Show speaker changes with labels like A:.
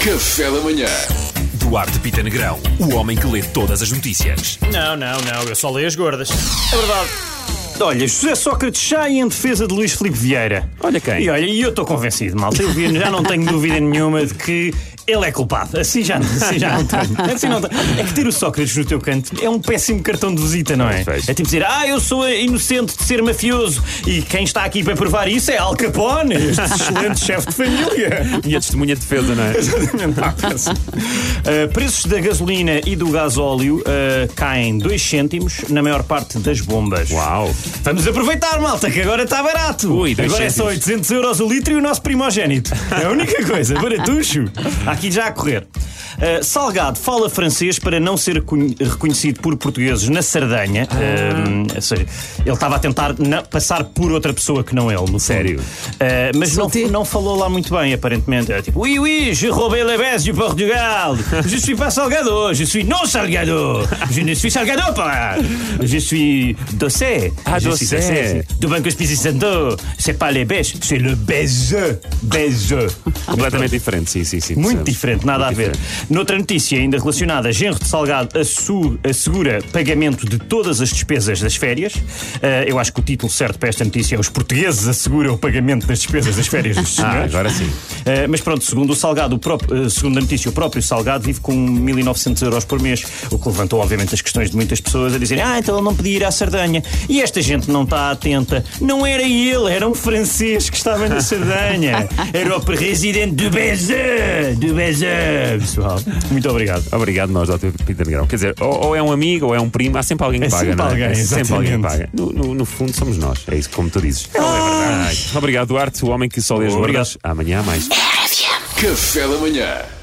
A: Café da manhã.
B: Duarte Pita Negrão, o homem que lê todas as notícias.
C: Não, não, não, eu só leio as gordas.
D: É Olha, José Sócrates sai em defesa de Luís Filipe Vieira.
B: Olha quem.
D: E olha, e eu estou convencido, malta. Eu vi- já não tenho dúvida nenhuma de que ele é culpado. Assim já, assim já não tenho. Assim não tenho. É que ter o Sócrates no teu canto é um péssimo cartão de visita, não é?
B: Pois.
D: É tipo dizer, ah, eu sou inocente de ser mafioso. E quem está aqui para provar isso é Al Capone, este excelente chefe de família.
B: E a testemunha de defesa, não é?
D: Exatamente. Ah, peço. Uh, preços da gasolina e do gasóleo uh, caem 2 cêntimos na maior parte das bombas.
B: Uau.
D: Vamos aproveitar, malta, que agora está barato.
B: Ui, dois
D: agora é só
B: cêntimos.
D: 800 euros o litro e o nosso primogénito. É a única coisa, baratucho. Aqui já a correr. Uh, Salgado fala francês para não ser conhe- reconhecido por portugueses na Sardanha. Um, ou seja, ele estava a tentar na- passar por outra pessoa que não ele, no fundo.
B: Sério?
D: Uh, mas não, não falou lá muito bem, aparentemente. Era tipo, oui, oui, je roubei le best de Portugal. Je suis pas salgado, je suis non salgado. Je ne suis salgado pas. Je suis dossé.
B: Ah,
D: Je suis
B: dossé.
D: sim. Do Banco Espírito Santo. C'est pas le best, c'est le baise. Baise.
B: Completamente diferente, sim, sim, sim.
D: Muito
B: percebo.
D: diferente, nada
B: Muito
D: a ver. Noutra notícia ainda relacionada, Genro de Salgado assu- assegura pagamento de todas as despesas das férias. Ah, eu acho que o título certo para esta notícia é Os Portugueses Asseguram o Pagamento das Despesas das Férias dos
B: Ah,
D: Senhores.
B: agora sim.
D: Ah, mas pronto, segundo o Salgado, o próprio, ah, segundo a notícia, o próprio Salgado vive com 1.900 euros por mês, o que levantou obviamente as questões de muitas pessoas a dizerem ah, então ele não podia ir à Sardanha. E esta gente não está atenta. Não era ele, era um francês que estava na Sardanha. Era o presidente do Bézé, do Bézé, pessoal. Muito obrigado.
B: Obrigado, nós, Dr. Pita Negrão. Quer dizer, ou, ou é um amigo ou é um primo, há sempre alguém que
D: É
B: paga,
D: sempre
B: não é?
D: alguém,
B: é sempre alguém que paga.
D: exatamente.
B: No, no- no fundo, somos nós. É isso, como tu dizes. Obrigado, Duarte, o homem que só lê as
D: Obrigado.
B: gordas. Amanhã há mais.
A: Café da manhã.